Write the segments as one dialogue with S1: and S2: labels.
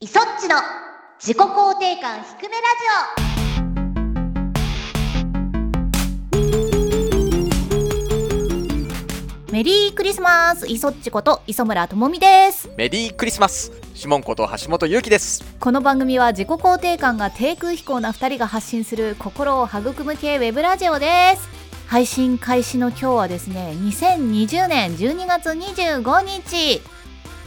S1: イソッチの自己肯定感低めラジ
S2: メリークリスマスイソッチこと磯村智美です
S3: メリークリスマスシモンこと橋本優希です
S2: この番組は自己肯定感が低空飛行な2人が発信する心を育む系ウェブラジオです配信開始の今日はですね2020年12月25日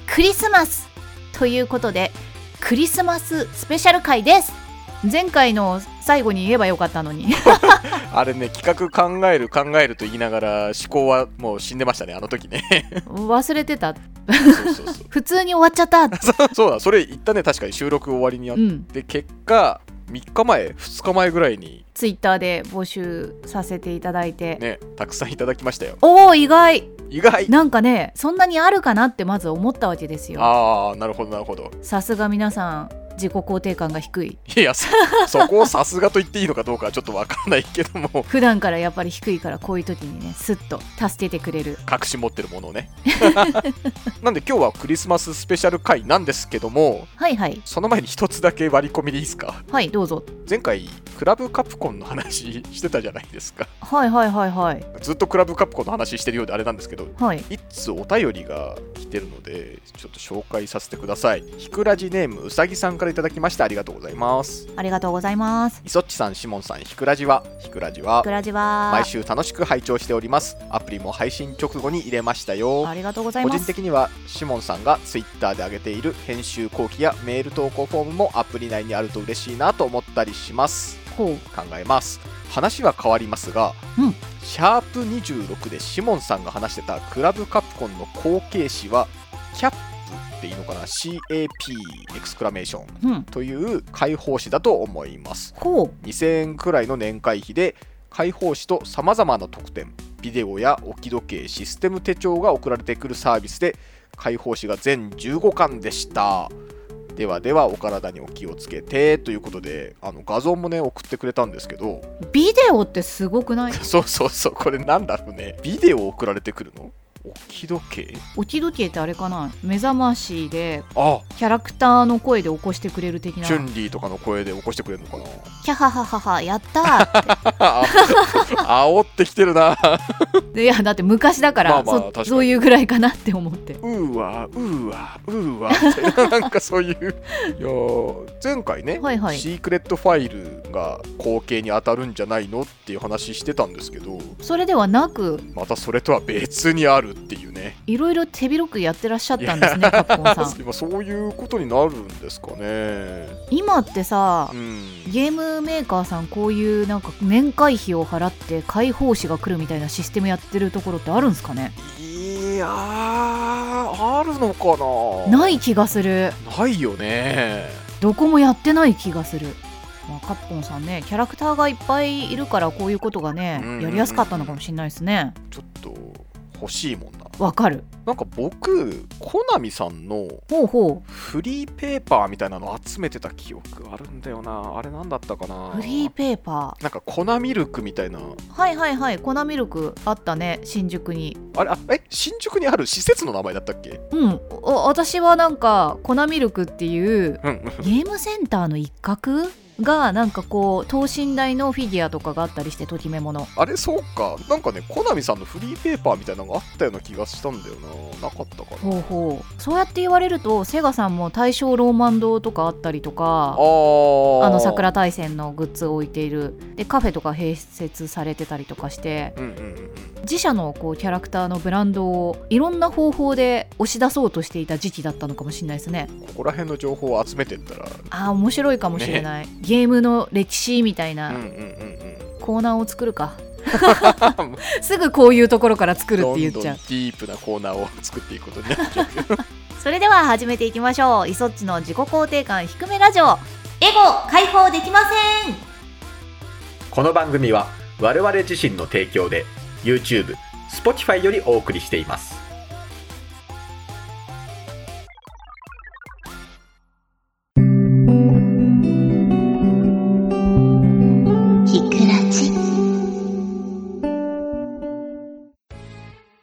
S2: クリスマスということでクリスマススペシャル回です前回の最後に言えばよかった のに
S3: あれね企画考える考えると言いながら思考はもう死んでましたねあの時 ね
S2: 忘れてた
S3: そうそうそう
S2: 普通に終わっちゃった
S3: そそうだそれ言ったね確かに収録終わりにあっ
S2: うん
S3: て結果3日前2日前ぐらいに
S2: ツイッターで募集させていただいて、
S3: ねたくさんいただきましたよ
S2: おお意外
S3: 意外
S2: なんかねそんなにあるかなってまず思ったわけですよ
S3: ああなるほどなるほど
S2: さすが皆さん自己肯定感が低い
S3: いやそ そこをさすがと言っていいのかどうかはちょっとわかんないけども
S2: 普段からやっぱり低いからこういう時にねスッと助けてくれる
S3: 隠し持ってるもの をねなんで今日はクリスマススペシャル回なんですけども
S2: はいはい
S3: その前に一つだけ割り込みでいいですか
S2: はいどうぞ
S3: 前回クラブカプコンの話してたじゃないですか
S2: はいはいはいはい
S3: ずっとクラブカプコンの話してるようであれなんですけど
S2: はい
S3: いつお便りが来てるのでちょっと紹介させてくださいひくらじネームうさぎさんからいただきましたありがとうございます
S2: ありがとうございます
S3: いそっちさんしもんさんひくらじはひくらじは
S2: グラジは
S3: 毎週楽しく拝聴しておりますアプリも配信直後に入れましたよ
S2: ありがとうござい
S3: 個
S2: ま
S3: 人
S2: す
S3: 的にはシモンさんがツイッターで上げている編集後期やメール投稿フォームもアプリ内にあると嬉しいなと思ったりします
S2: ほう
S3: 考えます話は変わりますが、
S2: うん
S3: シャープ26でシモンさんが話してたクラブカプコンの後継誌はキャップっていいのかな CAP エクスクラメーション
S2: うん
S3: という開放誌だと思います
S2: ほ
S3: 2000円くらいの年会費で開放誌とさまざまな特典ビデオや置き時計システム手帳が送られてくるサービスで開放誌が全15巻でしたではではお体にお気をつけてということであの画像もね送ってくれたんですけど
S2: うビデオってすごくない
S3: そうそうそうこれなんだろうねビデオ送られてくるの置き時計
S2: 置き時計ってあれかな目覚ましで
S3: あ
S2: キャラクターの声で起こしてくれる的な
S3: チュンリーとかの声で起こしてくれるのかな
S2: キャハハハハやったーって
S3: あ 煽ってきてるな
S2: でいやだって昔だから、
S3: まあまあ
S2: そ
S3: 確かに
S2: そういうぐらいかなって思って
S3: うーわうーわうーわみ たいななんかそういういやー前回ね、
S2: はいはい
S3: シークレットファイルが後継に当たるんじゃないのっていう話してたんですけど
S2: それではなく
S3: またそれとは別にあるっていうね
S2: いろいろ手広くやってらっしゃったんですねカプコンさん
S3: 今そういうことになるんですかね
S2: 今ってさ
S3: うん
S2: ゲームメーカーさんこういうなんか年会費を払って開放誌が来るみたいなシステムやってるところってあるんですかね
S3: いやーあるのかな
S2: ない気がする
S3: ないよね
S2: どこもやってない気がする、まあ、カプコンさんねキャラクターがいっぱいいるからこういうことが
S3: うんうんう
S2: ね
S3: ん
S2: やりやすかったのかもしれないですね
S3: ちょっと欲しいもんな
S2: わかる
S3: なんか僕コナミさんの
S2: ほうほ
S3: フリーペーパーみたいなの集めてた記憶あるんだよなあれなんだったかな
S2: うフリーペーパー
S3: なんか粉ミルクみたいな
S2: はいはいはい粉ミルクあったね新宿に
S3: あれあえ新宿にある施設の名前だったっけ
S2: うんお私はなんか粉ミルクっていう
S3: うんうん
S2: ゲームセンターの一角がなんかこう等身大のフィギュアとかがあったりしてときめもの
S3: あれそうかなんかねコナミさんのフリーペーパーみたいなのがあったような気がしたんだよななかったかな
S2: ほうほうそうやって言われるとセガさんも大正ローマン堂とかあったりと
S3: あ
S2: か
S3: ー
S2: あの桜大戦のグッズを置いているでカフェとか併設されてたりとかして
S3: うんうんうんうん
S2: 自社のこうキャラクターのブランドをいろんな方法で押し出そうとしていた時期だったのかもしれないですね
S3: ここら辺の情報を集めてったら
S2: あー面白いかもしれない、ゲームの歴史みたい
S3: うんう
S2: なん
S3: うん
S2: コーナーを作る か、
S3: うん
S2: すぐこういうところから作るっ
S3: ど
S2: て言
S3: ん
S2: っ
S3: どん
S2: ち
S3: デ
S2: ゃう
S3: ィープなコーナーを作っていくことになる
S2: それでは始めていきましょうイソッチの自己肯定感低めラジオ
S1: オエゴ解放できません
S4: この番組は我々自身の提供で YouTube、Spotify よりお送りしています。
S1: ひくらじ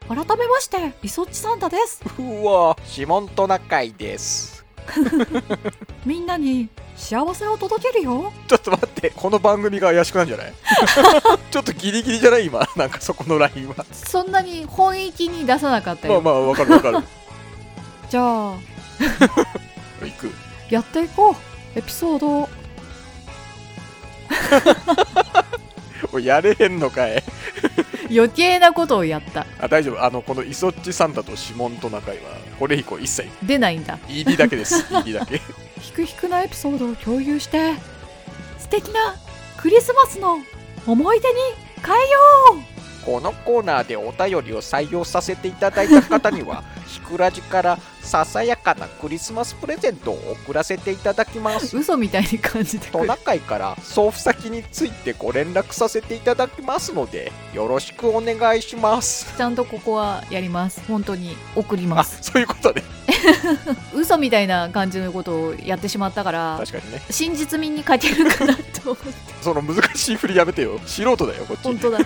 S2: 改めましてイソッチサンタです
S3: うわシモントナカイです
S5: みんなに幸せを届けるよ
S3: ちょっと待ってこの番組が怪しくなんじゃない ちょっとギリギリじゃない今なんかそこのラインは
S2: そんなに本域に出さなかった
S3: まあ
S2: よ、
S3: まあわかるわかる
S5: じゃあ
S3: いく
S5: やっていこうエピソード
S3: おいやれへんのかい
S2: 余計なことをやった
S3: あ大丈夫あのこのイソッチサンタと指紋と中井はこれ以降一切
S2: 出ないんだ
S3: 言い火だけです 言い火だけ
S5: ひくひくなエピソードを共有して素敵なクリスマスの思い出に変えよ
S3: このコーナーでお便りを採用させていただいた方にはひくらじからささやかなクリスマスプレゼントを送らせていただきます
S2: 嘘みたいに感じてく
S3: ト
S2: る
S3: ナカイから送付先についてご連絡させていただきますのでよろしくお願いします
S2: ちゃんとここはやります本当に送り
S3: あ
S2: ます
S3: そういうことね
S2: 嘘みたいな感じのことをやってしまったから
S3: 確かにね
S2: 真実味に欠けるかなと思って
S3: その難しい振りやめてよ素人だよこっち
S2: 本当だ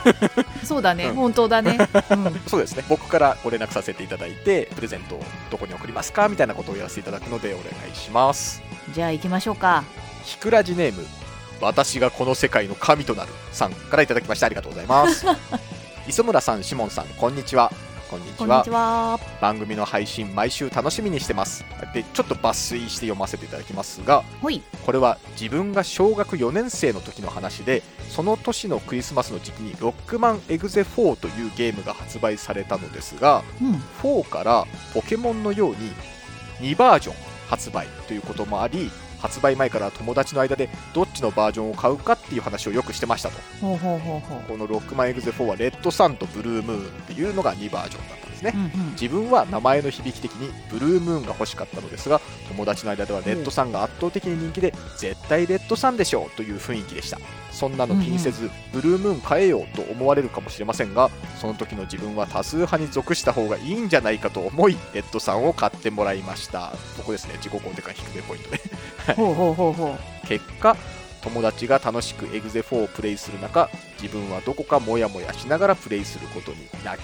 S2: そうだね、
S3: うん
S2: 本当だ ね、うん、
S3: そうですね僕からご連絡させていただいてプレゼントをどこに送りますかみたいなことをやらせていただくのでお願いします
S2: じゃあ行きましょうか
S3: ひくらじネーム私がこの世界の神となるさんからいただきましてありがとうございます 磯村さんシモンさんこんにちはこんに
S2: こ
S3: ち
S2: んに
S3: は
S2: ちは
S3: 番組の配信毎週楽しみにしてますでちょっと抜粋して読ませていただきますが
S2: ほい
S3: これは自分が小学4年生の時の話でその年のクリスマスの時期に「ロックマンエグゼ4」というゲームが発売されたのですが
S2: うん
S3: 4からポケモンのように2バージョン発売ということもあり発売前から友達の間でどっちのバージョンを買うかっていう話をよくしてましたと
S2: ほうほうほうほう
S3: この「ロックマンエグゼ4」はレッドサンとブルームーンっていうのが2バージョンだったんですね
S2: うんうん
S3: 自分は名前の響き的にブルームーンが欲しかったのですが友達の間ではレッドサンが圧倒的に人気で絶対レッドサンでしょうという雰囲気でしたそんなの気にせずブルームーン変えようと思われるかもしれませんがその時の自分は多数派に属した方がいいんじゃないかと思いレッドサンを買ってもらいましたここですね自己肯定感低めポイントね
S2: ほうほうほうほ
S3: 結果友達が楽しくエグゼ4をプレイする中自分はどこかモヤモヤしながらプレイすることに泣き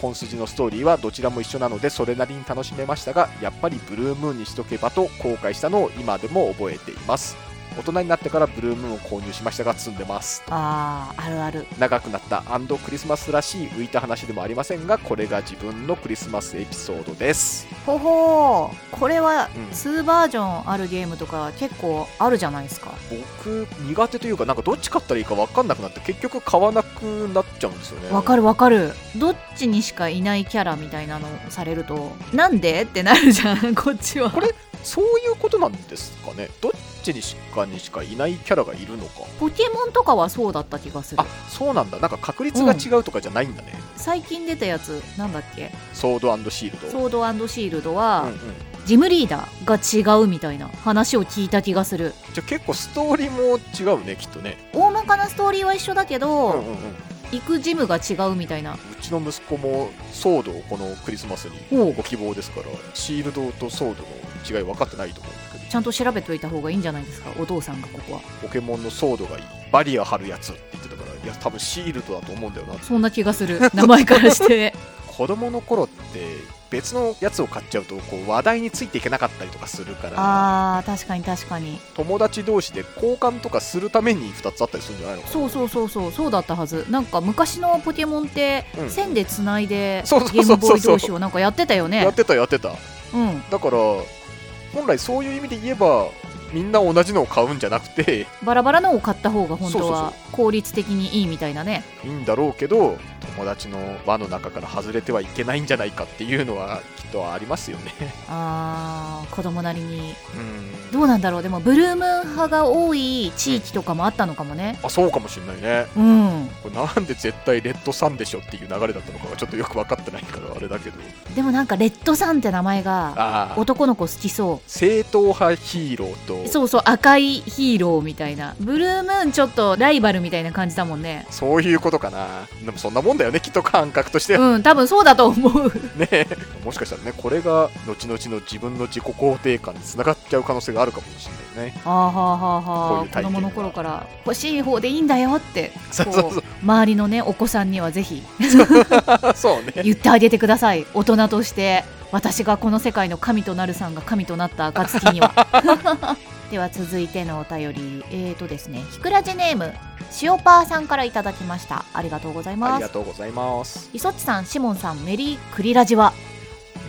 S3: 本筋のストーリーはどちらも一緒なのでそれなりに楽しめましたがやっぱりブルームーンにしとけばと後悔したのを今でも覚えています大人になってからブルームーンを購入しましたが積んでます
S2: うあああるある
S3: 長くなったクリスマスらしい浮いた話でもありませんがこれが自分のクリスマスエピソードです
S2: ほほうこれは
S3: うん
S2: 2バージョンあるゲームとか結構あるじゃないですか
S3: 僕苦手というかなんかどっち買ったらいいか分かんなくなって結局買わなくなっちゃうんですよね
S2: わかるわかるどっちにしかいないキャラみたいなのされるとなんでってなるじゃんこっちは
S3: これそういうことなんですかねどっちにしかにしかいないキャラがいるのか
S2: ポケモンとかはそうだった気がする
S3: あそうなんだなんか確率が違うとかじゃないんだね、
S2: 最近出たやつなんだっけ
S3: ソードシールド
S2: ソードシールド
S3: うん
S2: は、
S3: うん
S2: ジムリーダーが違うみたいな話を聞いた気がする
S3: じゃあ結構ストーリーも違うねきっとね
S2: 大まかなストーリーは一緒だけど、
S3: うんうんうん
S2: 行くジムが違うみたいな
S3: うちの息子もソードをこのクリスマス
S2: お
S3: に
S2: う
S3: ご希望ですからシールドとソードの違い分かってないと思うんだけど
S2: ちゃんと調べといた方がいいんじゃないですかお父さんがここは
S3: ポケモンのソードがいいバリア張るやつって言ってたからいや多分シールドだと思うんだよな
S2: そんな気がする 名前からして
S3: 子供の頃って別のやつを買っちゃうとこう話題についていけなかったりとかするから
S2: あー確かに確かに
S3: 友達同士で交換とかするために2つあったりするんじゃないのかな
S2: そうそうそうそうそうだったはずなんか昔のポケモンって
S3: うん
S2: 線でつないで
S3: そうそうそう
S2: ゲームボーイ
S3: そう
S2: 同士をなんかやってたよ
S3: や
S2: ね
S3: ってたやってた
S2: うん
S3: だから本来そういう意味で言えばみんな同じのを買うんじゃなくて
S2: バラバラのを買った方が本
S3: そう
S2: 当
S3: そう
S2: は効率的にいいみたいなね
S3: いいんだろうけど友達の輪の中から外れてはいけないんじゃないかっていうのはきっとありますよね
S2: あー子供なりに
S3: うん
S2: どうなんだろうでもブルームーン派が多い地域とかもあったのかもね
S3: あそうかもしれないね
S2: うん
S3: これなんで絶対レッドサンでしょっていう流れだったのかがちょっとよく分かってないからあれだけど
S2: でもなんかレッドさんって名前が
S3: ああ
S2: 男の子好きそ
S3: 正統派ヒーローと
S2: うそうそう赤いヒーローみたいなブルームーンちょっとライバルみたいな感じだもんね
S3: そういうことかなでもそんなもんだよねきっと感覚としては
S2: うん多分そうだと思う
S3: ねもしかしたらねこれが後々の自分の自己肯定感につながっちゃう可能性 があるかもしれないね
S2: あーはあはあは
S3: こ
S2: あ
S3: ういう
S2: 子
S3: 体験
S2: 供
S3: が
S2: の頃から欲しい方でいいんだよって
S3: そうそうそう
S2: こう周りのねお子さんにはぜひ
S3: そうね
S2: 言ってあげてください大人として私がこの世界の神となるさんが神となった暁には では続いてのお便りえーとですねひくらじネーム塩パーさんからいただきましたありがとうござい
S3: あ
S2: ま
S3: りが
S2: す
S3: とうございます
S2: いそっちさんシモンさんメリークリラジは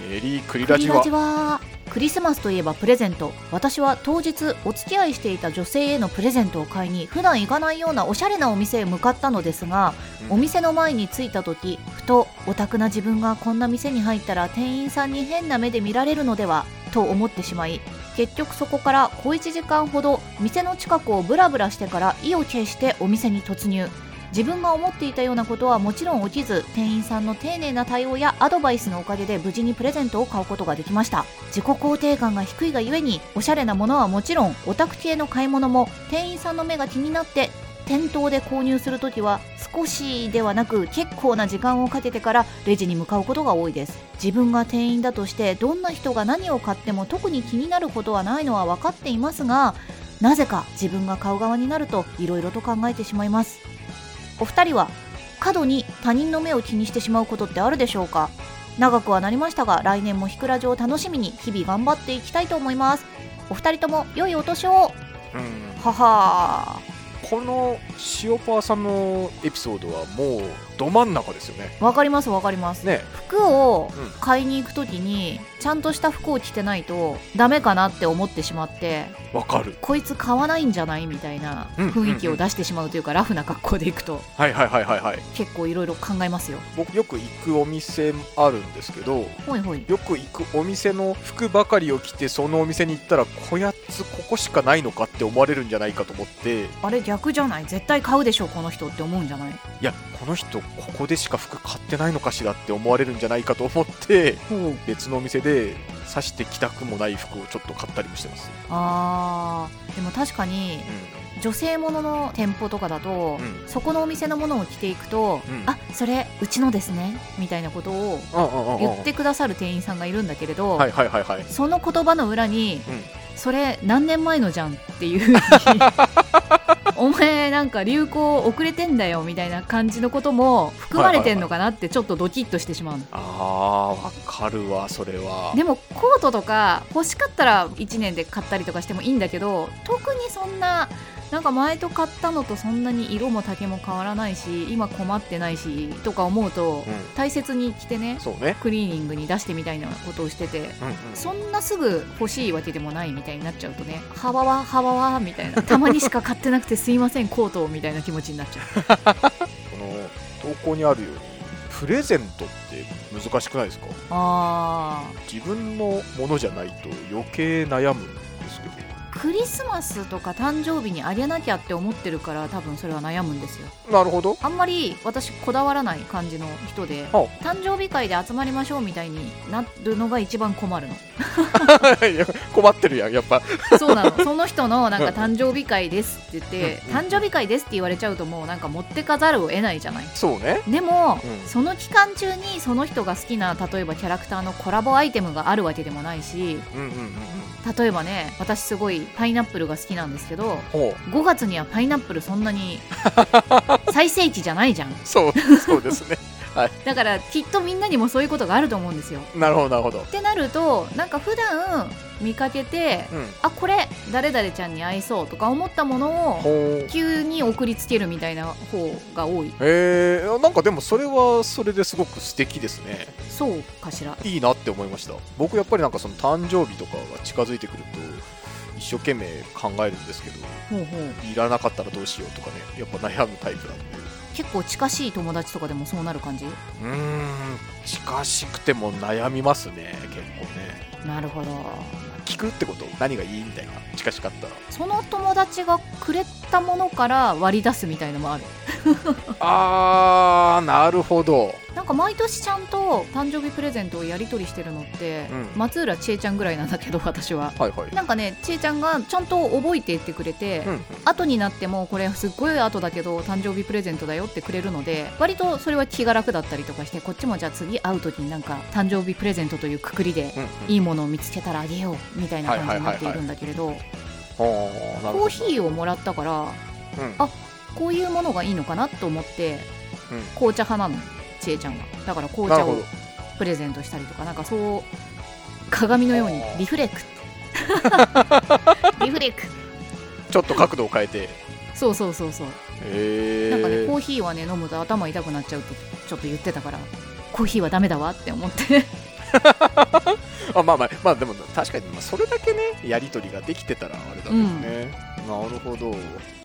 S3: メリークリ
S2: ク
S3: ラ
S2: リ
S3: ジ
S2: ラ
S3: は
S2: ジはクリスマスといえばプレゼント私は当日お付き合いしていた女性へのプレゼントを買いに普段行かないようなおしゃれなお店へ向かったのですが、
S3: うん
S2: お店の前に着いた時ふとオタクな自分がこんな店に入ったら店員さんに変な目で見られるのではと思ってしまい結局そこから小1時間ほど店の近くをブラブラしてから意を決してお店に突入自分が思っていたようなことはもちろん起きず店員さんの丁寧な対応やアドバイスのおかげで無事にプレゼントを買うことができました自己肯定感が低いがゆえにおしゃれなものはもちろんオタク系の買い物も店員さんの目が気になって店頭で購入するときは少しではなく結構な時間をかけてからレジに向かうことが多いです自分が店員だとしてどんな人が何を買っても特に気になることはないのは分かっていますがなぜか自分が買う側になるといろいろと考えてしまいますお二人は過度に他人の目を気にしてしまうことってあるでしょうか長くはなりましたが来年もひくらじを楽しみに日々頑張っていきたいと思いますお二人とも良いお年を
S3: うん
S2: はは
S3: この塩パーさんのエピソードはもうど真ん中ですよね
S2: ーわかりますわかります
S3: ね
S2: 服を
S3: うん
S2: 買いに行く時にちゃんとした服を着てないとダメかなって思ってしまって
S3: わかる
S2: こいつ買わないんじゃないみたいな
S3: うん
S2: 雰囲気を出してしまうというかラフな格好で行くと
S3: はいはいはいはいはい
S2: 結構いろいろ考えますよ
S3: 僕よく行くお店あるんですけど
S2: ほいほい
S3: よく行くお店の服ばかりを着てそのお店に行ったらこやつここしかないのかって思われるんじゃないかと思ってい
S2: あれ逆じゃない絶対買うでしょこの人って思うんじゃない
S3: やこの人ここでしか服買ってないのかしらって思われるんじゃないかと思 って
S2: ほう
S3: 別のお店で刺して着たくもない服をちょっと買ったりもしてます、
S2: あーでも確かに
S3: う
S2: 女性ものの店舗とかだと、
S3: うん
S2: そこのお店のものを着ていくと、
S3: うん
S2: あそれうちのですねみたいなことを
S3: ん、うんうんうんうん
S2: 言ってくださる店員さんがいるんだけれど、
S3: はいはいはいはい
S2: その言葉の裏に、
S3: うん
S2: それ何年前のじゃんっていう お前なんか流行遅れてんだよみたいな感じのことも含まれてんのかなってちょっとドキッとしてしまうの、
S3: あーわかるわそれは
S2: でもコートとか欲しかったら1年で買ったりとかしてもいいんだけど特にそんななんか前と買ったのとそんなに色も丈も変わらないし今困ってないしとか思うと、
S3: うん
S2: 大切に着てね
S3: そうね
S2: クリーニングに出してみたいなことをしてて
S3: うんうん
S2: そんなすぐ欲しいわけでもないみたいになっちゃうとねはわわはわわみたいなたまにしか買ってなくてすいませんコートをみたいな気持ちになっちゃう
S3: この投稿にあるようにプレゼントって難しくないですか
S2: あー
S3: 自分のものじゃないと余計悩むんですけど
S2: クリスマスとか誕生日にあげなきゃって思ってるから多分それは悩むんですよ
S3: なるほど
S2: あんまり私こだわらない感じの人で
S3: ほ
S2: 誕生日会で集まりましょうみたいになるのが一番困 るの
S3: いや困ってるやんやっぱ
S2: そうなのその人のなんか誕生日会ですって言って
S3: うん
S2: 誕生日会ですって言われちゃうともうなんか持ってかざるを得ないじゃない
S3: そうね
S2: でも、
S3: うん
S2: その期間中にその人が好きな例えばキャラクターのコラボアイテムがあるわけでもないし
S3: うんうんうんうん
S2: 例えばね私すごいパイナップルが好きなんですけど
S3: ほ
S2: 5月にはパイナップルそんな に最盛期じゃないじゃん
S3: うそうそうですね
S2: だからきっとみんなにもそういうことがあると思うんですよ
S3: なるほどなるほど
S2: ってなるとなんか普段見かけて
S3: うん
S2: あこれ誰々ちゃんに合いそうとか思ったものを
S3: ほう
S2: 急に送りつけるみたいな方が多い
S3: えー、なんかでもそれはそれですごく素敵ですね
S2: そうかしら
S3: いいなって思いました僕やっぱりなんかその誕生日とかが近づいてくると一生懸命考えるんですけど
S2: ほうほう
S3: いらなかったらどうしようとかねやっぱ悩むタイプなんで
S2: 結構近しい友達とかでもそうなる感じ
S3: うーん近しくても悩みますね結構ね
S2: なるほど
S3: 聞くってこと何がいいみたいな近しかったら
S2: その友達がくれたものから割り出すみたいのもある
S3: あーなるほど
S2: なんか毎年ちゃんと誕生日プレゼントをやり取りしてるのって、
S3: うん
S2: 松浦千恵ちゃんぐらいなんだけど私は
S3: はいはい
S2: なんかね千恵ちゃんがちゃんと覚えていってくれて、
S3: うんうん
S2: 後になってもこれすっごい後だけど誕生日プレゼントだよってくれるので割とそれは気が楽だったりとかしてこっちもじゃあ次会う時になんか誕生日プレゼントというくくりで
S3: うんうん
S2: いいものを見つけたらあげようみたいな感じになっているんだけれど
S3: ほうなる
S2: コ
S3: ほ
S2: ー
S3: ど
S2: ヒーをもらったから
S3: うん
S2: あこういうものがいいのかなと思って
S3: うん
S2: 紅茶派なのちえちゃんがだから紅
S3: なる
S2: 茶
S3: ほ
S2: を
S3: ど
S2: プレゼントしたりとかなんかそう鏡のようにリフレ クリフレク
S3: ちょっと角度を変えて
S2: そうそうそうそう、
S3: へ
S2: なんかねコ
S3: ー
S2: ーヒーはね飲むと頭痛くなっちゃうってちょっと言ってたからコーヒーはダメだわって思って
S3: あまあまあまあでも確かにまあそれだけねやり取りができてたらあれだけどね、なるほど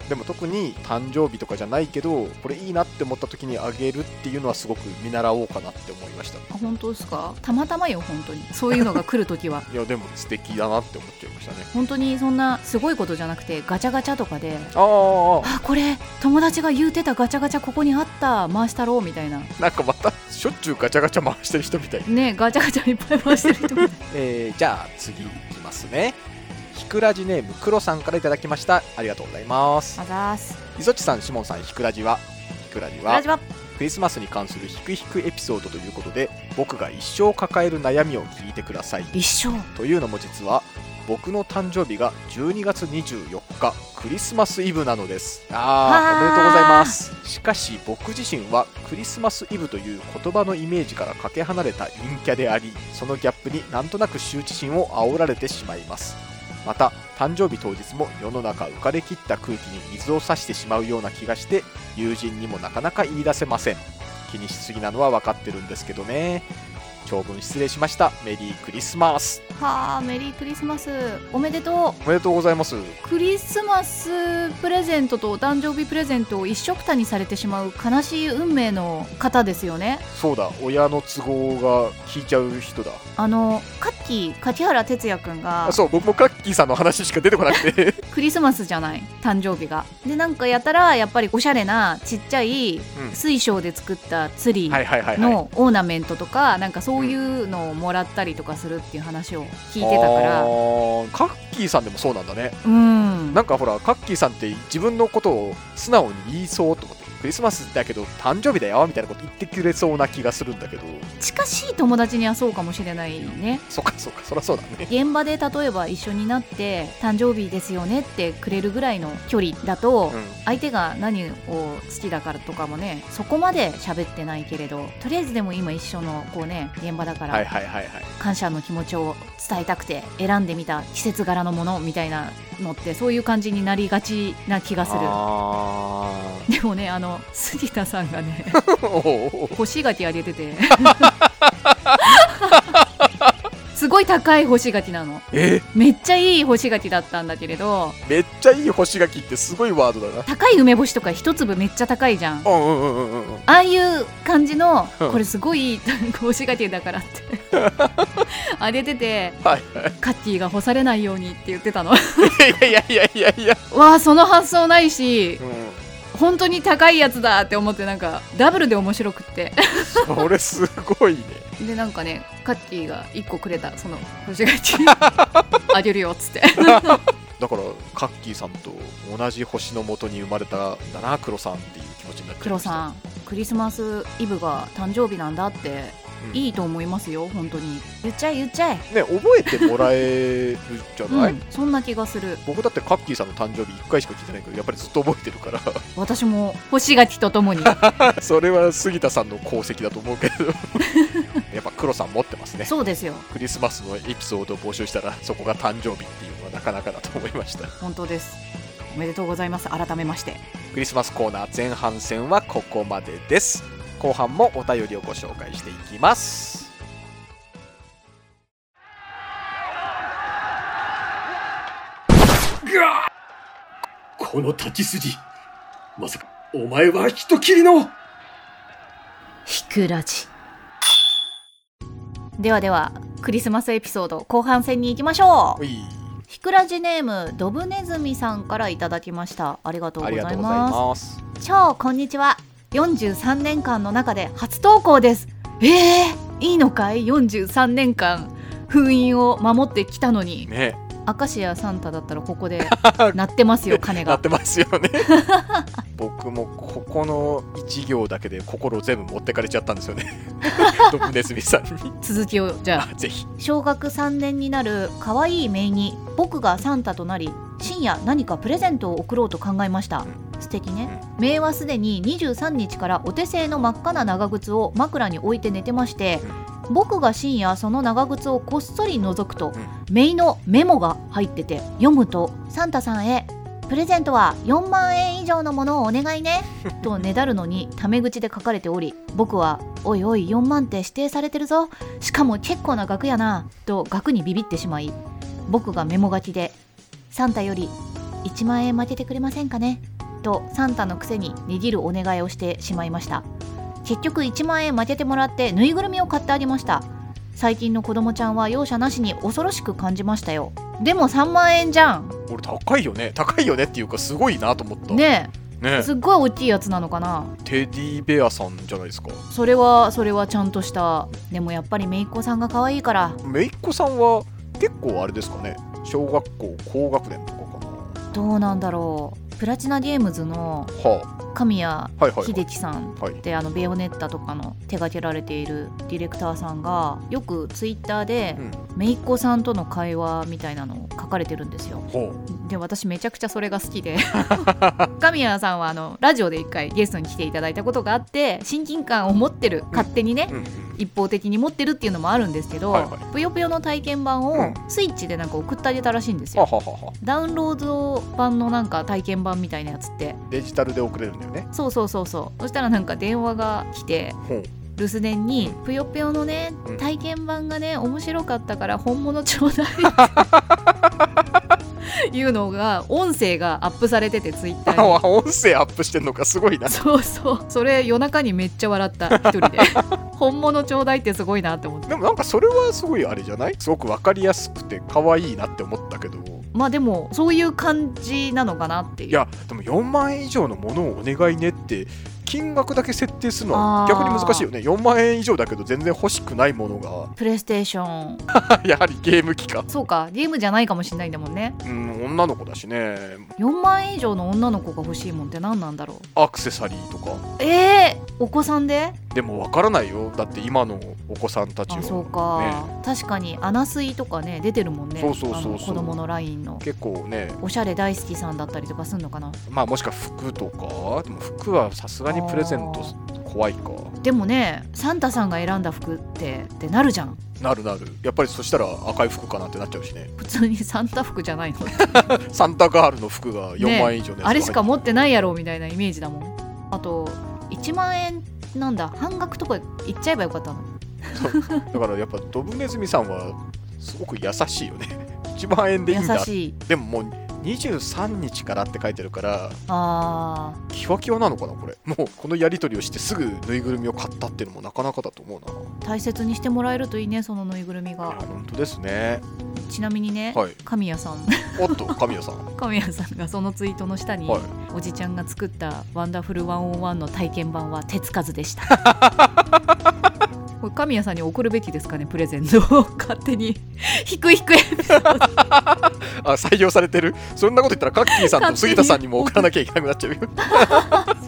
S3: でも特に誕生日とかじゃないけどこれいいなって思った時にあげるっていうのはすごく見習おうかなって思いました
S2: あ本当ですかたまたまよ本当にそういうのが来ると きはい
S3: やでも素敵だなって思っちゃいましたね
S2: 本当にそんなすごいことじゃなくてガチャガチャとかで
S3: あーあーあ
S2: あこれ友達が言うてたガチャガチャここにあった回したろうみたいな
S3: ーなんかまたしょっちゅうガチャガチャ回してる人みたい
S2: ねガチャガチャいっぱい回してる人みたい
S3: えーじゃあ次いきますねひくらじネームクロさんからいただきましたありがとうございます
S2: あざーす
S3: いそちさんしもんさんひくらじはひくらじは
S2: ラジバ
S3: クリスマスに関するひくひくエピソードということで僕が一生抱える悩みを聞いてください
S2: 一生
S3: というのも実は僕の誕生日が12月24日クリスマスイブなのですああ
S2: あー
S3: おめでとうございますしかし僕自身はクリスマスイブという言葉のイメージからかけ離れた陰キャでありそのギャップになんとなく羞恥心を煽られてしまいますまた誕生日当日も世の中浮かれきった空気に水を差してしまうような気がして友人にもなかなか言い出せません気にしすぎなのは分かってるんですけどね長文失礼しましたメリークリスマス
S2: はあメリークリスマスおめでと
S3: おめでとうございます
S2: うクリスマスプレゼントとお誕生日プレゼントを一緒くたにされてしまう悲しい運命の方ですよね
S3: そうだ親の都合が聞いちゃう人だ
S2: あのカッキー柿原哲也くんが
S3: あそう僕もカッキーさんの話しか出てこな くて
S2: クリスマスじゃない誕生日がでなんかやたらやっぱりおしゃれなちっちゃい
S3: うん
S2: 水晶で作ったツリ
S3: は
S2: ー
S3: いはいはいはい
S2: のオーナメントとかなんかそういうのをもらったりとかするっていう話を聞いてたか
S3: あ
S2: ら
S3: ーカッキーさんでもそうなんだね
S2: うん
S3: なんかほらカッキーさんって自分のことを素直に言いそうと思ってクリスマスだけど誕生日だよみたいなこと言ってくれそうな気がするんだけど
S2: 近しい友達にはそうかもしれないね
S3: そっかそっかそりゃそうだね
S2: 現場で例えば一緒になって誕生日ですよねってくれるぐらいの距離だと、
S3: うん
S2: 相手が何を好きだからとかもねそこまで喋ってないけれどとりあえずでも今一緒のこうね現場だから、
S3: はいはいはいはい
S2: 感謝の気持ちを伝えたくて選んでみた季節柄のものみたいなのってそういう感じになりがちな気がする
S3: あ
S2: でもねあの杉田さんが ね
S3: ー おうおう
S2: 干し柿あげてて すごい高い干し柿なの
S3: え
S2: めっちゃいい干し柿だったんだけれど
S3: めっちゃいい干し柿ってすごいワードだな
S2: 高い梅干しとか一粒めっちゃ高いじゃんあ
S3: うんうんうんうんうん
S2: あいう感じの
S3: うん
S2: これすごいいい干し柿だからってあげてて
S3: はい
S2: カッティが干されないようにって言ってたの
S3: いやいやいやいやいや、
S2: わあその発想ないし
S3: うん、
S2: 本当に高いやつだって思ってなんかダブルで面白くって
S3: それすごい ね
S2: でなんかねカッキーが1個くれたその星がちあげるよっつって
S3: だからカッキーさんと同じ星のもとに生まれたんだな黒さんっていう気持ちになって
S2: 黒さ
S3: ん、
S2: んクリスマスイブが誕生日なんだって
S3: うん
S2: いいと思いますよ本当に言っちゃえ言っちゃえ
S3: ね覚えてもらえるじゃ
S2: うん、
S3: ない、
S2: そんな気がする
S3: 僕だってカッキーさんの誕生日1回しか聞いてないけどやっぱりずっと覚えてるから
S2: 私も星がきとともに
S3: それは杉田さんの功績だと思うけど やっぱ黒さん持ってますね
S2: そうですよ
S3: クリスマスのエピソードを募集したらそこが誕生日っていうのはなかなかだと思いました
S2: 本当ですおめでとうございます改めまして
S3: クリスマスコーナー前半戦はここまでです後半もお便りをご紹介していきます
S4: この立ち筋まさかお前は人斬りの
S2: ひくらじではではクリスマスエピソード後半戦に行きましょう
S3: おい
S2: ひくらじネームドブネズミさんからいただきましたありがとうご
S3: あ
S2: ざ
S3: り
S2: い
S3: がとうござい
S2: ます
S3: ます
S2: 超こんにちは43年間の中で初投稿ですえー、いいのかい43年間封印を守ってきたのに
S3: ね
S2: 明石家サンタだったらここで鳴ってますよ鐘
S3: なっ
S2: が
S3: てますよ ね僕もここの一行だけで心を全部持ってかれちゃったんです よねドブネズミさんに
S2: 続きをじゃあ
S3: あぜひ
S2: 小学3年になる可愛い姪に僕がサンタとなり深夜何かプレゼントを贈ろうと考えました素敵ね姪はすでに23日からお手製の真っ赤な長靴を枕に置いて寝てまして僕が深夜その長靴をこっそり覗くと、
S3: う
S2: メイのメモが入ってて読むと「サンタさんへプレゼントは4万円以上のものをお願いね」とねだるのにタメ口で書かれており僕は「おいおい4万って指定されてるぞしかも結構な額やな」と額にビビってしまい僕がメモ書きで「サンタより1万円負けてくれませんかね」とサンタのくせに握るお願いをしてしまいました結局1万円負けてもらってぬいぐるみを買ってあげました最近の子供ちゃんは容赦なしに恐ろしく感じましたよでも3万円じゃん
S3: 俺高いよね高いよねっていうかすごいなと思った
S2: ね
S3: ね
S2: えすっごい大きいやつなのかな
S3: テディベアさんじゃないですか
S2: それはそれはちゃんとしたでもやっぱりめいっ子さんが可愛いから
S3: めいっ子さんは結構あれですかね小学校高学年とかかな
S2: どうなんだろうプラチナゲームズの
S3: は
S2: 神谷
S3: あはいはいは
S2: 秀
S3: い
S2: 樹さん
S3: はい
S2: であのベヨネッタとかの手掛けられているディレクターさんがよくツイッターで
S3: うん
S2: めいっ子さんとの会話みたいなのを書かれてるんですよ
S3: ほう
S2: で私めちゃくちゃそれが好き で神谷さんはあのラジオで一回ゲストに来ていただいたことがあって親近感を持ってる勝手にね、
S3: うんうん
S2: 一方的に持ってるっていうのもあるんですけど、
S3: はいはい
S2: ぷよぷよの体験版
S3: う
S2: を
S3: ん
S2: スイッチでなんか送ってあげたらしいんです
S3: はあ
S2: よ、
S3: はあはあはあ
S2: ダウンロード版のなんか体験版みたいなやつって
S3: デジタルで送れるんだよね
S2: そうそうそうそうそしたらなんか電話が来て
S3: ほう
S2: 留守電に「ぷよぷよのね
S3: うん
S2: 体験版がね面白かったから本物ちょうだい」 っていうのが音声がアップされててツイッターに。
S3: あ音声アップしてんのかすごいな
S2: そうそうそれ夜中にめっちゃ笑った一 人で本物ちょうだいってすごいなって思って
S3: でもなんかそれはすごいあれじゃないすごくわかりやすくて可愛いなって思ったけど
S2: まあでもそういう感じなのかなっていう
S3: いやでも4万円以上のものをお願いねって金額だけ設定するの
S2: あ
S3: は
S2: ー
S3: 逆に難しいよね4万円以上だけど全然欲しくないものが
S2: プレイステーション
S3: やはりゲーム機か
S2: そうかゲームじゃないかもしれないんだもんね
S3: うん女の子だしね
S2: 4万円以上の女の子が欲しいもんって何なんだろう
S3: アクセサリーとか
S2: えー、お子さんで
S3: でもわからないよだって今のお子さんたちは、
S2: あ
S3: ね、
S2: そうか、確かにアナスイとかね出てるもんね
S3: そうそうそうそう
S2: あの子供のラインの
S3: 結構ね
S2: おしゃれ大好きさんだったりとかすんのかな
S3: まあもしくは服とかでも服はさすがにプレゼント怖いか
S2: でもねサンタさんが選んだ服ってってなるじゃん
S3: なるなるやっぱりそしたら赤い服かなってなっちゃうしね
S2: 普通にサンタ服じゃないの
S3: サンタガールの服が4万円以上のやつが入って
S2: あれしか持ってないやろみたいなイメージだもんあと1万円なんだ半額とかいっちゃえばよかったのに
S3: だからやっぱドブネズミさんはすごく優しいよね 1万円でいいん
S2: 優
S3: だ
S2: しい
S3: でももう23日からって書いてるから
S2: あ
S3: キワキワなのかなこれ もうこのやり取りをしてすぐぬいぐるみを買ったっていうのもなかなかだと思うな
S2: ー大切にしてもらえるといいねそのぬいぐるみ
S3: いや
S2: が
S3: 本当ですね
S2: ちなみにね、
S3: はい
S2: 神谷さん
S3: おっと神谷さんは
S2: 神谷さんがそのツイートの下に、
S3: い
S2: おじちゃんが作った「ワンダフル101」の体験版は手つかずでしたこれ神谷さんに送るべきですかねプレゼント を勝手に低い低い
S3: あ採用されてるそんなこと言ったらカッキーさんと
S2: 勝手に
S3: 杉田さんにも送らなきゃいけなくなっちゃうよ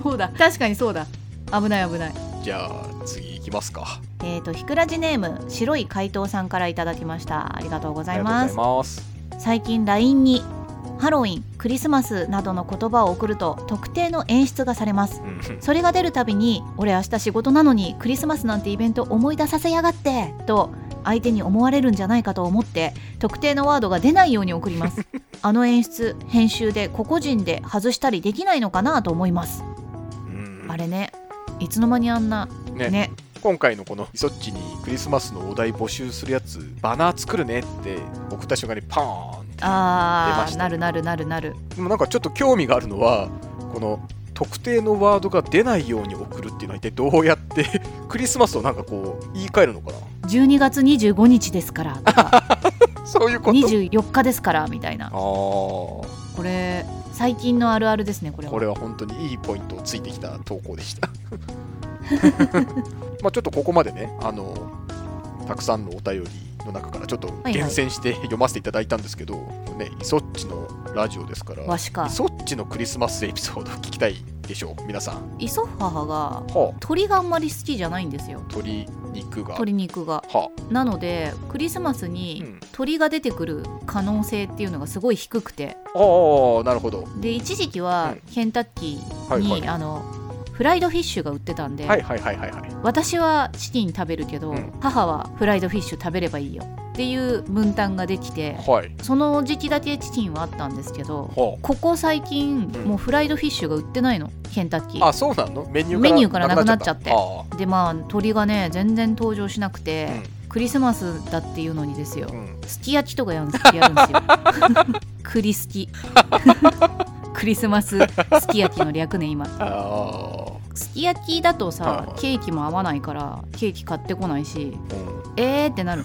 S2: そうだ確かにそうだ危ない危ない
S3: じゃあ次行きますか
S2: えー、とひくらじネーム白い怪盗さんからいただきましたありがとうございます
S3: ます
S2: 最近 LINE にハロウィンクリスマスなどの言葉を送ると特定の演出がされます
S3: うん
S2: それが出るたびに「俺明日仕事なのにクリスマスなんてイベント思い出させやがって」と相手に思われるんじゃないかと思って特定のワードが出ないように送ります あの演出編集で個々人で外したりできないのかなと思います
S3: うん
S2: あれねいつの間にあんな
S3: ね
S2: ね
S3: 今回のこのイソッチにクリスマスのお題募集するやつバナー作るねって送った瞬間にパーンって出
S2: あ
S3: ま
S2: ー
S3: した
S2: なるなるなるなる
S3: でもなんかちょっと興味があるのはこの特定のワードが出ないように送るっていうのは一体どうやってクリスマスをなんかこう言い換えるのか
S2: 12月25日ですからとか
S3: なそういうこと
S2: 24日ですからみたいな
S3: あー
S2: これ最近のあるあるですねこれは
S3: これは本当にいいポイントをついてきた投稿でした まあちょっとここまでねあのたくさんのお便りの中からちょっと
S2: はい
S3: 厳選して読ませていただいたんですけど、ねイソッチのラジオですから
S2: わしか
S3: イソッチのクリスマスエピソード聞きたいでしょう皆さん
S2: 磯母が
S3: は
S2: 鳥があんまり好きじゃないんですよ
S3: あ鶏肉が
S2: 鶏肉が
S3: は
S2: なのでクリスマス
S3: う
S2: に
S3: ん
S2: 鳥が出てくる可能性っていうのがすごい低くて
S3: ああなるほど
S2: で一時期
S3: は
S2: はいケンタッキー
S3: はい
S2: に、
S3: はい
S2: あのフライドフィッシュが売ってたんで、
S3: はいはいはいはいはい
S2: 私はチキン食べるけど、
S3: うん
S2: 母はフライドフィッシュ食べればいいよっていう分担ができて
S3: はい
S2: その時期だけチキンはあったんですけど
S3: は
S2: ここ最近、
S3: うん
S2: もうフライドフィッシュが売ってないのケンタッキ
S3: あ
S2: ー
S3: あそうなのメニュー
S2: メニューからなくなっちゃって
S3: あ
S2: でまあ鳥がね全然登場しなくて、クリスマスだっていうのにですよ
S3: あうん
S2: すき焼きとかやるんですやるん ですよクリスキクリスマスすき焼きの略ね今
S3: あ
S2: すき焼きだとさ、
S3: はいはい
S2: ケーキも合わないからケーキ買ってこないし
S3: ーうん
S2: えーってなる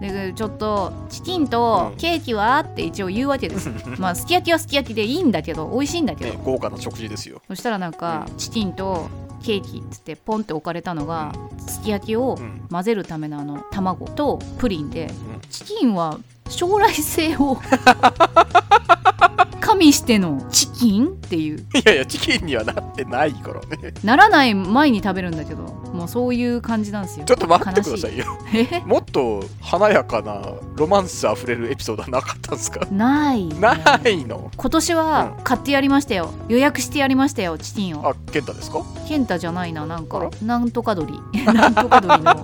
S2: でちょっとチキンと
S3: うん
S2: ケーキはって一応言うわけですまあすき焼きはすき焼きでいいんだけど美味しいんだけど、
S3: ね豪華な食事ですよ
S2: そしたらなんか、チキンとケーキっつってポンって置かれたのが、すき焼きを
S3: うん
S2: 混ぜるためのあの卵とプリンで、
S3: ん
S2: チキンは将来性を 加味してのチキンっていう
S3: いやいやチキンにはなってないから ね
S2: ならない前に食べるんだけどもうそういう感じなんですよ
S3: ちょっと待ってくださいよ
S2: 悲しい
S3: もっと華やかなロマンスあふれるエピソードはなかったんですか
S2: えないね
S3: ないの
S2: 今年は買ってやりましたよ予約してやりましたよチキンを
S3: あケンタですか
S2: 健太じゃないななん
S3: あ
S2: からなんとか鳥 なんとか鳥の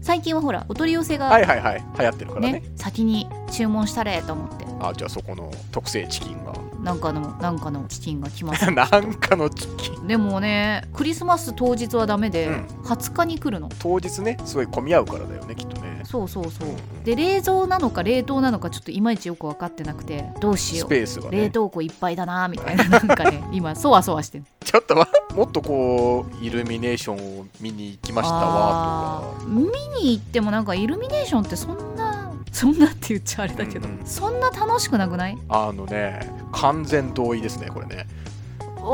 S2: 最近はほらお取り寄せが
S3: はいはいはい流行ってるからね
S2: ね先に注文したれと思って
S3: あじゃあそこの特製チキンが
S2: なんかのなんかのチキンが来ます
S3: なんかのチキン
S2: でもねクリスマス当日はダメで、
S3: うん
S2: 20日に来るの
S3: 当日ねすごい混み合うからだよねきっとね
S2: そうそうそう
S3: うん
S2: で冷蔵なのか冷凍なのかちょっといまいちよく分かってなくてどうし
S3: ス
S2: よ
S3: ペ
S2: う
S3: ースが
S2: 冷
S3: ね
S2: 凍庫いっぱいだなみたいななんか ね今そわそわしてる
S3: ちょっとまもっとこうイルミネーションを見に行きましたわ
S2: あー見に行ってもなんかイルミネーションってそんなそんなって言っちゃあれだけど、
S3: うんうん
S2: そんな楽しくなく ない
S3: とかあのね完全同意ですねこれね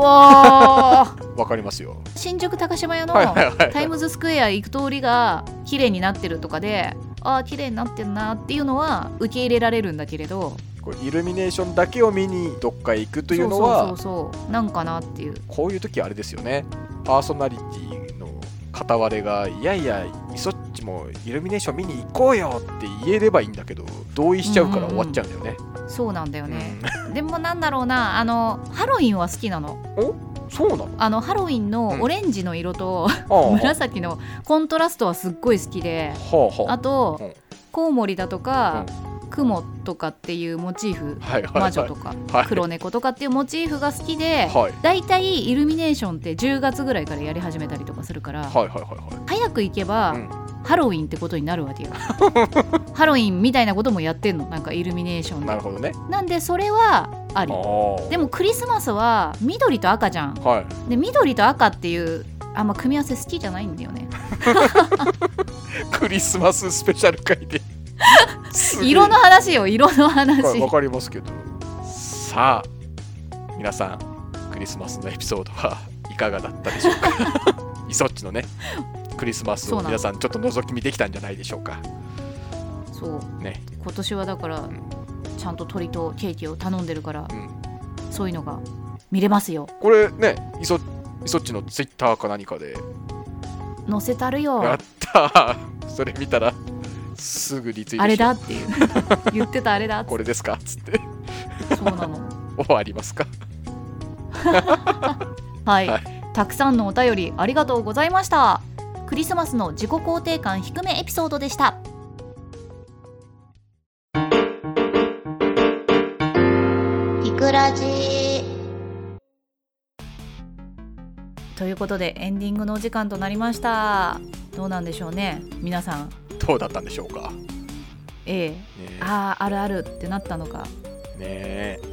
S2: おー
S3: わかりますよ
S2: 新宿高島屋の
S3: はいはいはい
S2: タイムズスクエア行く通りが綺麗になってるとかでああ綺麗になってんなっていうのは受け入れられるんだけれど
S3: こうイルミネーションだけを見にどっか行くというのは
S2: そうそうそうそうなんかなっていう
S3: こういう時あれですよねパーソナリティの片割れがいやいやいそっちもイルミネーション見に行こうよって言えればいいんだけど同意しちゃうから終わっちゃうんだよね、
S2: そうなんだよね、でもなんだろうなあのハロウィンは好きなの
S3: うんそうなの
S2: あのハロウィン
S3: うん
S2: のオレンジの色と、
S3: あ あ
S2: 紫のコントラストはすっごい好きで
S3: はあは
S2: あと、
S3: うん
S2: コウモリだとか、雲とかっていうモチーフ
S3: はいはいはい
S2: 魔女とか
S3: はい
S2: 黒猫とかっていうモチーフが好きで、
S3: はい
S2: だいたいイルミネーションって10月ぐらいからやり始めたりとかするから、
S3: はいはいはいは
S2: 早く行けば、
S3: うん
S2: ハロウィンってことになるわ けよハロウィンみたいなこともやってんのなんかイルミネーション
S3: い
S2: で
S3: なるほどね
S2: なんでそれはあり
S3: ああ
S2: でもクリスマスは緑と赤じゃん
S3: はい
S2: で緑と赤っていうあんま組み合わせ好きじゃないんだ よね
S3: クリスマススペシャル会 ですげえ
S2: 色の話よ色の
S3: はい
S2: 話
S3: わかりますけどさあ皆さんクリスマスのエピソードはい かがだったでしょうか イソッチのねクリスマス
S2: そう
S3: を
S2: なの
S3: 皆さんちょっと覗き見できたんじゃないでしょうか
S2: そう、
S3: ね
S2: 今年はだから
S3: ん
S2: ちゃんと鳥とケーキを頼んでるから、
S3: うん
S2: そういうのが見れますよ
S3: これねイソイソッチのツイッターか何かで
S2: 載せたる
S3: や
S2: よ
S3: った ーそれ見たらすぐリツイー
S2: あ
S3: ト
S2: れ
S3: し
S2: だ
S3: て
S2: っていう言ってたあれだっ
S3: これですかつって
S2: てそうなの
S3: 終わりますか
S2: はい、
S3: は
S2: たくさんのお便りありがとうございましたクリスマスの自己肯定感低めエピソードでした
S1: ひくらじ
S2: ということでエンディングのお時間となりましたどうなんでしょうね皆さん
S3: どうだったんでしょうか
S2: A
S3: ね
S2: あああるあるってなったの か
S3: えね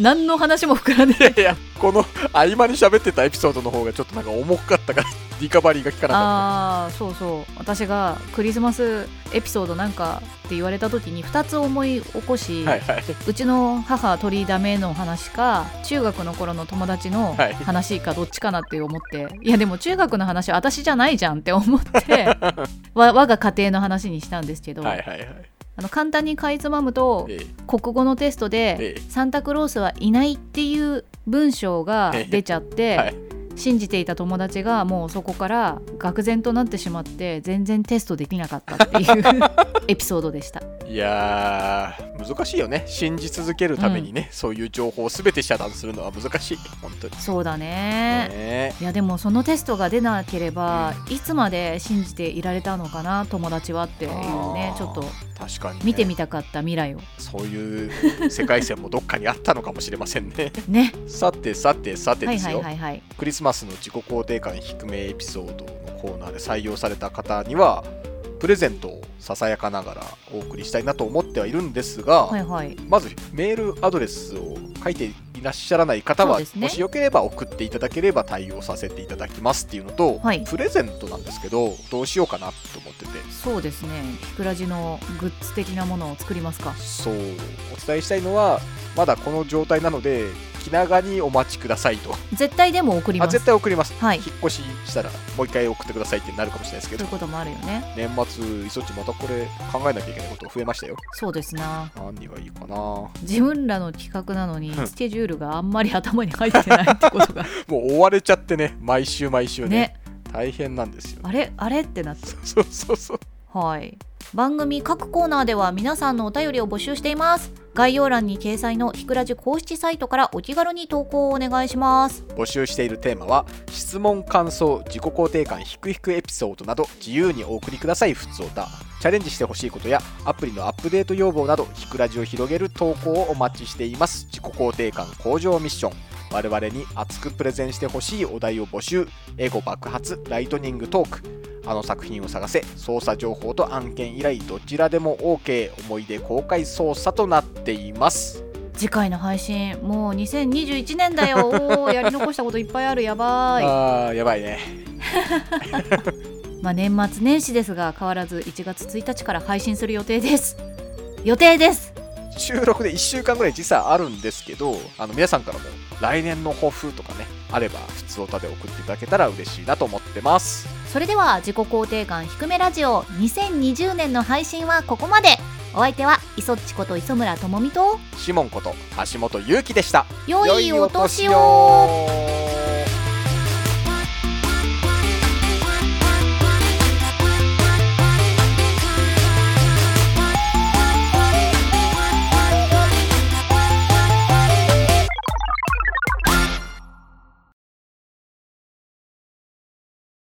S2: 何の話も膨らんで
S3: えいやいやこの合間に喋ってたエピソードの方がちょっとなんか重かったからリカバリーが効かなかった
S2: ああそうそう私がクリスマスエピソードなんかって言われた時に2つ思い起こし、
S3: はいはいう
S2: ちの母鳥ダメの話か中学の頃の友達の
S3: はい
S2: 話かどっちかなって思って、い、やでも中学の話私じゃないじゃんって思って わ我が家庭の話にしたんですけど、
S3: はいはいはい
S2: あの簡単にかいつまむと
S3: ええ
S2: 国語のテストで
S3: ええ
S2: 「サンタクロースはいない」っていう文章が出ちゃって、
S3: はい
S2: 信じていた友達がもうそこから愕然となってしまって全然テストできなかったっていう エピソードでした
S3: いやー難しいよね信じ続けるためにね、そういう情報を全て遮断するのは難しい本当に
S2: そうだね
S3: ね
S2: いやでもそのテストが出なければいつまで信じていられたのかな友達はっていうね
S3: あー
S2: ちょっと
S3: 確かに、ね、
S2: 見てみたかった未来を
S3: そういう世界線もどっかにあったのかもしれませんね
S2: ね
S3: さてさてさて
S2: は
S3: で
S2: い
S3: す
S2: は
S3: よ、
S2: いはいはい
S3: クリスマスの自己肯定感低めエピソードのコーナーで採用された方にはプレゼントをささやかながらお送りしたいなと思ってはいるんですが、
S2: はいはい
S3: まずメールアドレスを書いていらっしゃらない方
S2: そ
S3: は、
S2: うですね
S3: もしよければ送っていただければ対応させていただきますっていうのと、
S2: はい
S3: プレゼントなんですけどどうしようかなと思ってて
S2: そうですねひくらじのグッズ的なものを作りますか
S3: そうお伝えしたいのはまだこの状態なので気長にお待ちくださいと
S2: 絶対でも送り
S3: あ
S2: ます
S3: 絶対送ります、
S2: はい
S3: 引っ越ししたらもう一回送ってくださいってなるかもしれないですけ
S2: とい
S3: ど
S2: うこともあるよね
S3: 年末いそっちまたこれ考えなきゃいけないこと増えましたよ
S2: そうですな
S3: 何がいいかなも
S2: 自分らの企画なのにスケジュールがあんまり頭に入ってないってこと が
S3: う追われちゃってね毎週毎週ね
S2: ね
S3: 大変なんですよ
S2: あれあれってなって
S3: そうそうそう
S2: はい。番組各コーナーでは皆さんのお便りを募集しています。概要欄に掲載のひくらじ公式サイトからお気軽に投稿をお願いします。
S3: 募集しているテーマは質問感想自己肯定感ひくひくエピソードなど自由にお送りくださいふつおたチャレンジしてほしいことやアプリのアップデート要望などひくらじを広げる投稿をお待ちしています自己肯定感向上ミッション我々に熱くプレゼンしてほしいお題を募集エゴ爆発ライトニングトークあの作品を探せ捜査情報と案件依頼どちらでも OK 思い出公開捜査となっています
S2: 次回の配信、もう2021年だ よ。おーやり残したこといっぱいある。やばい。
S3: あーやばいね
S2: まあ年末年始ですが、変わらず1月1日から配信する予定です。予定です。
S3: 収録で1週間ぐらい時差あるんですけどあの皆さんからも来年の抱負とかねあれば普通歌で送っていただけたら嬉しいなと思ってます
S2: それでは自己肯定感低めラジオ2020年の配信はここまで。お相手は磯っちこと磯村智美と
S3: シモンこと橋本優希でした
S2: 良いお年を
S3: を